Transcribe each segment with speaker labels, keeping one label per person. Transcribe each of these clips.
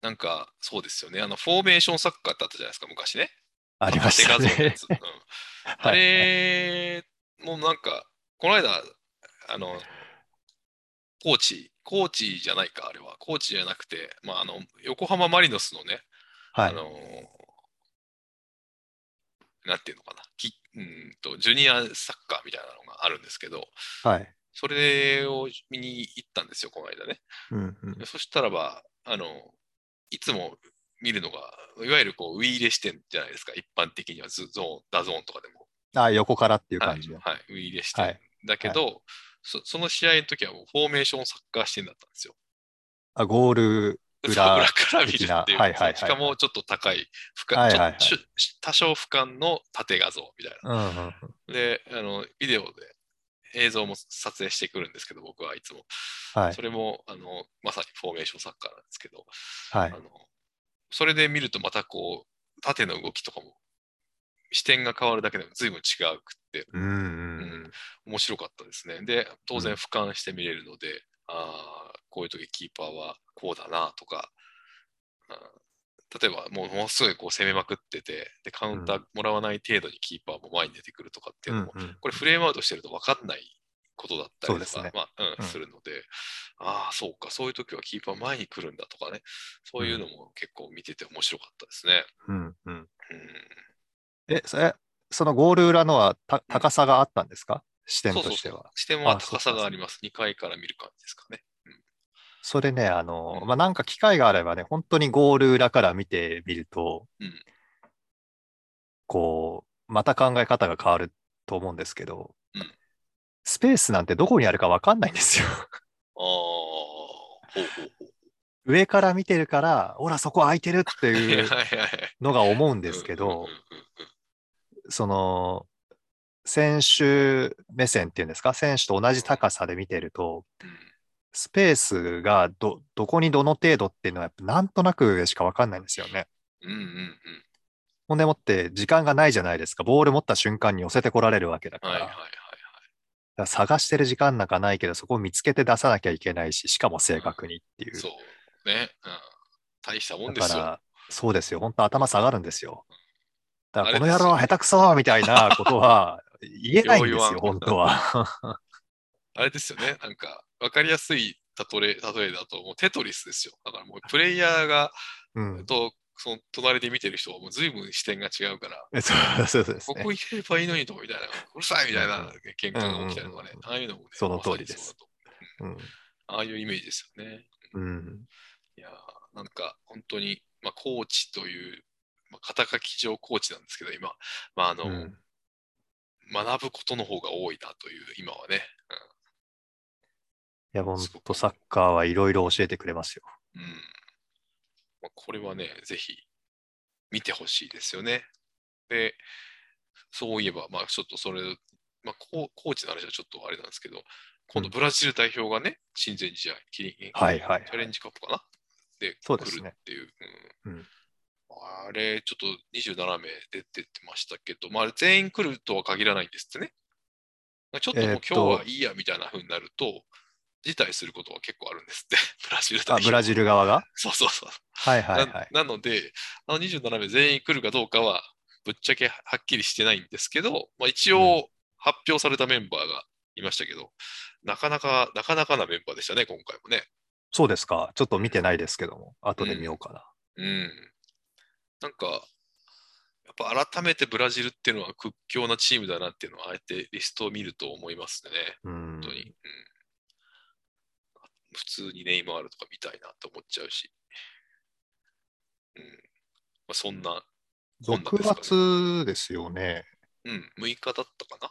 Speaker 1: なんか、そうですよね。あの、フォーメーションサッカーってあったじゃないですか、昔ね。
Speaker 2: ありました
Speaker 1: 縦画像のや
Speaker 2: ね。
Speaker 1: つうんあれもなんか、この間、あの、コーチ、コーチじゃないか、あれは。コーチじゃなくて、まあ、あの、横浜マリノスのね、
Speaker 2: は
Speaker 1: あ
Speaker 2: い。
Speaker 1: のーなんていうのかな、きうーんと、ジュニアサッカーみたいなのがあるんですけど、
Speaker 2: はい。
Speaker 1: それを見に行ったんですよ、この間ね。
Speaker 2: うんうん。
Speaker 1: そしたらば、あの、いつも見るのが、いわゆるこう、ウイ入れしてんじゃないですか、一般的にはズゾーン、ダゾーンとかでも。
Speaker 2: あ、横からっていう
Speaker 1: は
Speaker 2: 感
Speaker 1: い、
Speaker 2: じで。
Speaker 1: はい、ウイ入れしてん
Speaker 2: はい。
Speaker 1: だけど、そ、その試合の時はもうフォーメーションサッカー視点だったんですよ。
Speaker 2: あ、ゴール、裏
Speaker 1: 裏から見る
Speaker 2: 的な
Speaker 1: っていう、
Speaker 2: はいはいはい
Speaker 1: しかもちょっと高い、俯瞰
Speaker 2: はいはいはい
Speaker 1: ちょっとし多少俯瞰の縦画像みたいな。
Speaker 2: うんうん。
Speaker 1: で、あの、ビデオで映像も撮影してくるんですけど、僕はいつも。
Speaker 2: はい
Speaker 1: それも、あの、まさにフォーメーションサッカーなんですけど、
Speaker 2: はい
Speaker 1: あ。の、それで見るとまたこう、縦の動きとかも、視点が変わるだけでも随分違うくって、
Speaker 2: うんうんうん。
Speaker 1: 面白かったですね。で、当然
Speaker 2: うん
Speaker 1: 俯瞰して見れるので、あーこういう時キーパーはこうだなとか、あー例えばもうものすごいこう攻めまくってて、で、カウンターもらわない程度にキーパーも前に出てくるとかっていうのも、
Speaker 2: うんうん
Speaker 1: これフレームアウトしてると分かんないことだったりと
Speaker 2: そ
Speaker 1: か、
Speaker 2: うですね
Speaker 1: まあう、
Speaker 2: うんん
Speaker 1: するので、ああ、そうか、そういう時はキーパー前に来るんだとかね、そういうのも結構見てて面白かったですね。
Speaker 2: うんうん。
Speaker 1: うん
Speaker 2: え、それ、そのゴール裏のはた高さがあったんですか視点
Speaker 1: そう
Speaker 2: と
Speaker 1: そう
Speaker 2: して
Speaker 1: そう
Speaker 2: は。。
Speaker 1: 視点は
Speaker 2: あそう
Speaker 1: 高
Speaker 2: か
Speaker 1: さがあります。2階から見る感じですかね。
Speaker 2: それね、あの
Speaker 1: う、ん
Speaker 2: まあ、なんか機会があればね、本当にゴール裏から見てみると
Speaker 1: うん、
Speaker 2: こう、また考え方が変わると思うんですけど
Speaker 1: うん、
Speaker 2: スペースなんてどこにあるかわかんないんですよ。
Speaker 1: ああ、ほうほうほう。
Speaker 2: 上から見てるから、ほら、そこ空いてるって
Speaker 1: はい
Speaker 2: いう
Speaker 1: はいはい。
Speaker 2: のが思うんですけど
Speaker 1: うん、うん
Speaker 2: その、選手目線っていうんですか、選手と同じ高さで見てると、
Speaker 1: うんうん
Speaker 2: スペースがど、どこにどの程度っていうのは、やっぱなんとなくしかわかんないんですよね。
Speaker 1: うんうんうん
Speaker 2: ほんでもって時間がないじゃないですか。ボール持った瞬間に寄せてこられるわけだから。
Speaker 1: はいはい
Speaker 2: だ
Speaker 1: は
Speaker 2: か
Speaker 1: いはい。
Speaker 2: ら探してる時間なんかないけど、そこを見つけて出さなきゃいけないし、しかも正確にっていう。
Speaker 1: そうね、うん。大したもんで
Speaker 2: だ
Speaker 1: す
Speaker 2: か
Speaker 1: よ。
Speaker 2: ら、そうですよ。本当頭下がるんですよ。だから、
Speaker 1: あれ
Speaker 2: この野郎は下手くそみた いなことは言えないんです
Speaker 1: よう言わん
Speaker 2: よ、本当は。
Speaker 1: あれですよね。なんか、わかりやすい例え例えだと、もうテトリスですよ。だからもうプレイヤーが、
Speaker 2: うん。
Speaker 1: と、その隣で見てる人はもう随分視点が違うから、
Speaker 2: そうそうです
Speaker 1: こ
Speaker 2: ね。
Speaker 1: こ行ければいいのにとかみたいな、うるさいみたいな喧嘩が起きたりとかね
Speaker 2: うんうんうん、
Speaker 1: ああいうのもね、
Speaker 2: その通り
Speaker 1: ま
Speaker 2: です
Speaker 1: さにそうだと
Speaker 2: うん。
Speaker 1: ああいうイメージですよね。
Speaker 2: うん。
Speaker 1: いやーなんか本当に、まあ、コーチという、まあ、肩書き上コーチなんですけど、今、まああの
Speaker 2: うん
Speaker 1: 学ぶことの方が多いなという、今はね。
Speaker 2: いや、本
Speaker 1: すごく
Speaker 2: 当サッカーはいろいろ教えてくれますよ。
Speaker 1: うんうんまあ、これはね、ぜひ見てほしいですよね。で、そういえば、まあ、ちょっとそれ、まあコー、コーチの話はちょっとあれなんですけど、今度ブラジル代表がね、親善試合、キリン
Speaker 2: はいはいはい
Speaker 1: チャレンジカップかなで、
Speaker 2: そうです
Speaker 1: 来る
Speaker 2: ね
Speaker 1: っていう。うん
Speaker 2: うん
Speaker 1: あれ、ちょっと27名出てってましたけど、まあ、あれ全員来るとは限らないんですってね。ちょっともう
Speaker 2: えー
Speaker 1: 今
Speaker 2: っ
Speaker 1: 日
Speaker 2: と
Speaker 1: はいいやみたいな風になると、辞退することは結構あるんですって、 ブラジル代
Speaker 2: あ、
Speaker 1: 表。
Speaker 2: ブラジル側が
Speaker 1: そうそうそう。
Speaker 2: はいはい
Speaker 1: な
Speaker 2: はい。
Speaker 1: なので、あの27名全員来るかどうかは、ぶっちゃけはっきりしてないんですけど、まあ、一
Speaker 2: う
Speaker 1: 応発表されたメンバーがいましたけど、なかなか、なかなかなメンバーでしたね、今回もね。
Speaker 2: そうですか。ちょっと見てないですけども、後で見ようかな。
Speaker 1: うん。なんか、やっぱ改めてブラジルっていうのは屈強なチームだなっていうのは、あえてリストを見ると思いますね、
Speaker 2: うん
Speaker 1: 本当に。うん、普通にネイマールとか見たいなと思っちゃうし。うん。まあ、そんな、こんなん
Speaker 2: 6
Speaker 1: ですかね
Speaker 2: 月ですよね。
Speaker 1: うん、6日だったかな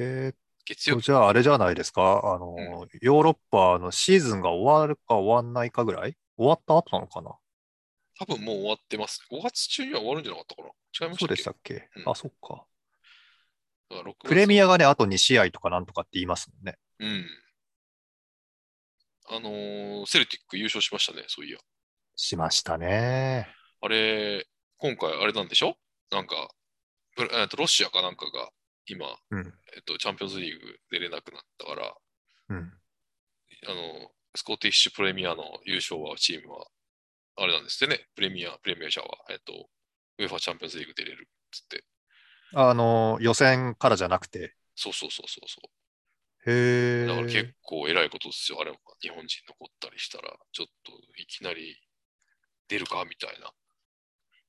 Speaker 2: えーっ
Speaker 1: 月曜
Speaker 2: と、
Speaker 1: 日。
Speaker 2: じゃああれじゃないですか。あの、ヨーロッパのシーズンが終わるか終わんないかぐらい終わった後なのかな
Speaker 1: 多分もう終わってます。5月中には終わるんじゃなかったかな違いまし
Speaker 2: そ
Speaker 1: た
Speaker 2: う
Speaker 1: っけ
Speaker 2: でしたっけ
Speaker 1: うん
Speaker 2: あ、そっか。
Speaker 1: だから6月
Speaker 2: プレミアがね、あと2試合とかなんとかって言いますもんね。
Speaker 1: うん。あのーセルティック優勝しましたね、そういや。
Speaker 2: しましたね。
Speaker 1: あれ、今回あれなんでしょなんか、ブラえっとロシアかなんかが今、
Speaker 2: うん。
Speaker 1: えっと、チャンピオンズリーグ出れなくなったから、
Speaker 2: うん。
Speaker 1: あの、スコティッシュプレミアの優勝は、チームは、あれなんですってね、プレミア、プレミア社は、えっと、ウェファチャンピオンズリーグ出れるっつって。
Speaker 2: あの、予選からじゃなくて。
Speaker 1: そうそうそうそうそう。
Speaker 2: へえ。
Speaker 1: だから結構偉いことですよ。あれは日本人残ったりしたら、ちょっといきなり出るかみたいな。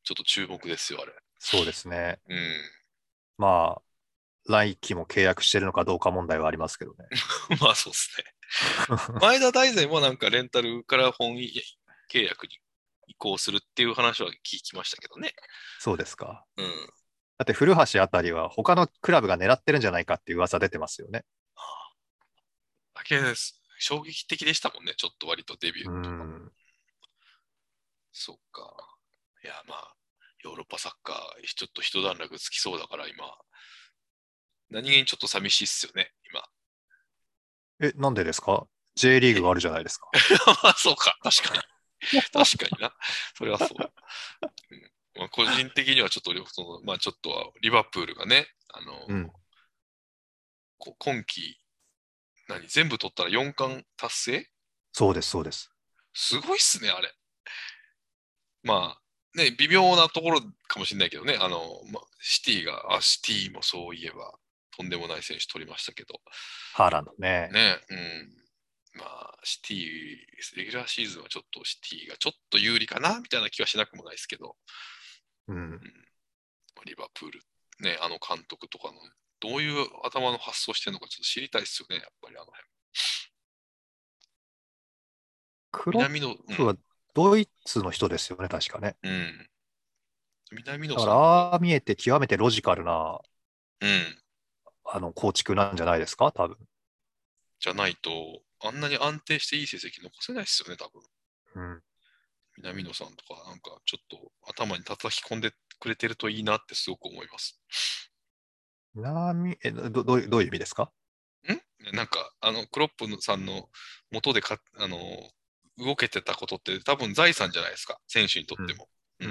Speaker 1: ちょっと注目ですよ、あれ。
Speaker 2: そうですね。
Speaker 1: う
Speaker 2: まあ、来期も契約してるのかどうか問題はありま すけどね。
Speaker 1: ん。 まあそうです ね。前田大然はなんかレンタルから本契約に移行するっていう話は聞きましたけどね。
Speaker 2: そうですか。
Speaker 1: うん。
Speaker 2: だって古橋あたりは他のクラブが狙ってるんじゃないかっていう噂出てますよね。
Speaker 1: だけです。衝撃的でしたもんね、ちょっと割とデビュ
Speaker 2: う
Speaker 1: ーとか。
Speaker 2: ん。
Speaker 1: そっか。いや、まあ、ヨーロッパサッカー、ちょっと一段落つきそうだから、今。何気にちょっと寂しいっすよね、今。
Speaker 2: え、なんでですか ?J リーグがあるじゃないですか。
Speaker 1: まあそうか、確かに。確かにな。それはそう。うんまあ、個人的にはちょっとりょ、そのまあ、ちょっとはリバプールがね、あの、
Speaker 2: うん。
Speaker 1: こ今季、何、全部取ったら4冠達成
Speaker 2: そうです、そうです。
Speaker 1: すごいっすね、あれ。まあ、ね、微妙なところかもしれないけどね、あの、まあ、シティが、あ、シティもそういえば、とんでもない選手取りましたけど、
Speaker 2: ハーランドね。
Speaker 1: ね、うん。まあ、シティ、レギュラーシーズンはちょっとシティがちょっと有利かな、みたいな気はしなくもないですけど、
Speaker 2: うん。
Speaker 1: リバプール、ね、あの監督とかの、どういう頭の発想してるのかちょっと知りたいですよね、やっぱりあの辺。
Speaker 2: クロッ
Speaker 1: 南の、うん
Speaker 2: プはドイツの人ですよね、確かね。
Speaker 1: うん。南
Speaker 2: だ
Speaker 1: 野
Speaker 2: か
Speaker 1: さん
Speaker 2: ら、ああ見えて極めてロジカルな、
Speaker 1: うん。
Speaker 2: あの、構築なんじゃないですか、多分。
Speaker 1: じゃないと、あんなに安定していい成績残せないですよね、多分。
Speaker 2: うん。
Speaker 1: 南野さんとか、なんかちょっと頭に叩き込んでくれてるといいなってすごく思います。
Speaker 2: 南、え、ど、どうどういう意味ですか
Speaker 1: んなんか、あの、クロップさんの元でか、あの、動けてたことって多分財産じゃないですか、選手にとっても。う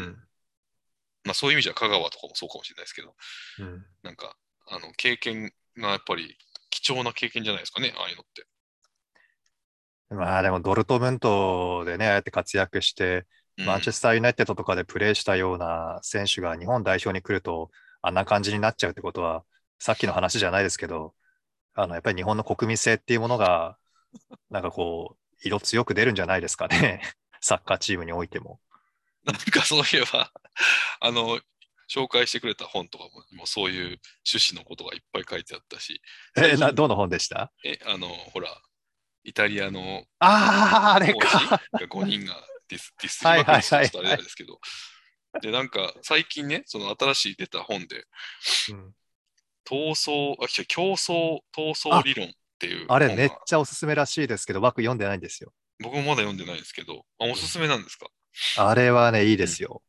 Speaker 1: まあそういう意味じゃ香川とかもそうかもしれないですけど、
Speaker 2: うん。
Speaker 1: なんか、あの、経験がやっぱり貴重な経験じゃないですかね、ああいうのって。
Speaker 2: まあでもドルトムントでね、ああやって活躍して、
Speaker 1: うん
Speaker 2: マンチェスター・ユナイテッドとかでプレーしたような選手が日本代表に来ると、あんな感じになっちゃうってことは、さっきの話じゃないですけど、あのやっぱり日本の国民性っていうものが、なんかこう、色強く出るんじゃないですかね、 サッカーチームにおいても。
Speaker 1: なんかそういえば、 あの、紹介してくれた本とかも、もうそういう趣旨のことがいっぱい書いてあったし、
Speaker 2: え、などの本でした
Speaker 1: え、あの、ほら、イタリアの
Speaker 2: ああ、あれ
Speaker 1: 王子
Speaker 2: か。
Speaker 1: が5人がデ ィス、ディス
Speaker 2: はいはいはいはい
Speaker 1: まあディスちょっとあれなんですけど、で、なんか最近ね、その新しい出た本で、
Speaker 2: うん
Speaker 1: 闘争、あ、違う、競争、闘争理論っていう
Speaker 2: あれ、
Speaker 1: 本
Speaker 2: めっ
Speaker 1: が
Speaker 2: ちゃおすすめらしいですけど、枠読んでないんですよ。
Speaker 1: 僕もまだ読んでないんですけど、あ、おすすめなんですか
Speaker 2: あれはね、いいですよ。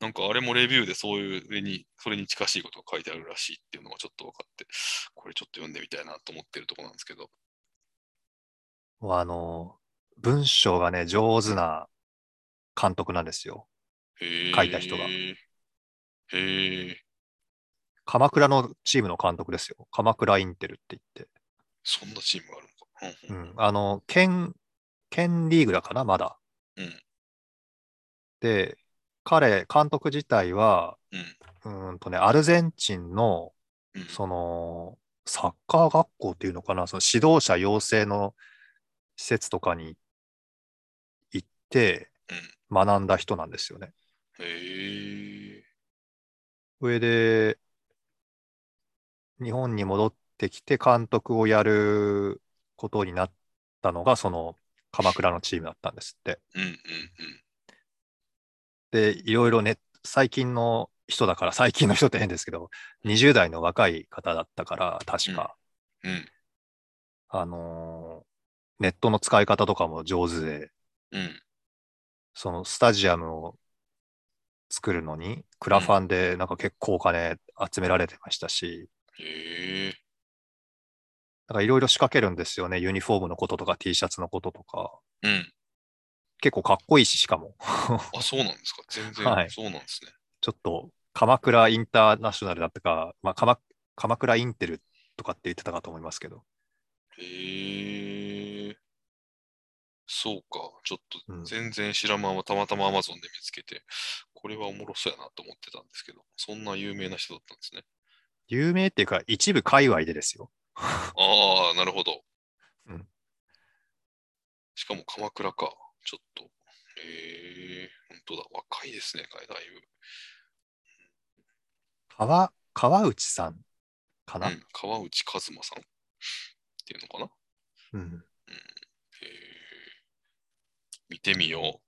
Speaker 1: なんかあれもレビューでそういう上に、それに近しいことが書いてあるらしいっていうのがちょっと分かって、これちょっと読んでみたいなと思ってるところなんですけど。
Speaker 2: もうあの、文章がね、上手な監督なんですよ。
Speaker 1: へー
Speaker 2: 書いた人が
Speaker 1: へえ、
Speaker 2: 鎌倉のチームの監督ですよ。鎌倉インテルって言っ
Speaker 1: そんなチームがあるのか。
Speaker 2: て。うん。あの、県、県リーグだかな、まだ。
Speaker 1: うん
Speaker 2: で、彼、監督自体は、
Speaker 1: うん。
Speaker 2: うーんとね、アルゼンチンの、
Speaker 1: うん。うん
Speaker 2: その、サッカー学校っていうのかな、その指導者養成の施設とかに行って学んだ人なんですよね。
Speaker 1: へえ、
Speaker 2: 上で、日本に戻ってきて監督をやることになったのが、その鎌倉のチームだったんですって。
Speaker 1: うんうんうん。
Speaker 2: で、いろいろね、最近の人だから、最近の人って変ですけど、20代の若い方だったから、確か、
Speaker 1: うん
Speaker 2: あのーネットの使い方とかも上手で、
Speaker 1: うん。
Speaker 2: そのスタジアムを作るのに、クラファンでなんか結構お金集められてましたし、
Speaker 1: へえ、
Speaker 2: なんかいろいろ仕掛けるんですよね。ユニフォームのこととか T シャツのこととか。
Speaker 1: うん。
Speaker 2: 結構かっこいいし、しかも。
Speaker 1: あ、そうなんですか。全然、
Speaker 2: はい
Speaker 1: そうなんですね。
Speaker 2: ちょっと、鎌倉インターナショナルだったか、まあ、鎌鎌倉インテルとかって言ってたかと思いますけど。
Speaker 1: へえ、そうか。ちょっと
Speaker 2: うん
Speaker 1: 全然知らんままたまたま Amazon で見つけて、これはおもろそうやなと思ってたんですけど、そんな有名な人だったんですね。
Speaker 2: 有名っていうか、一部界隈でですよ。
Speaker 1: ああ、なるほど。
Speaker 2: うん
Speaker 1: しかも鎌倉か。ちょっと。ええ本当だ。若いですね、かだいぶ。
Speaker 2: 川、川内さんかな、
Speaker 1: うん、川内和馬さんっていうのかな、
Speaker 2: うん
Speaker 1: えー見てみよう。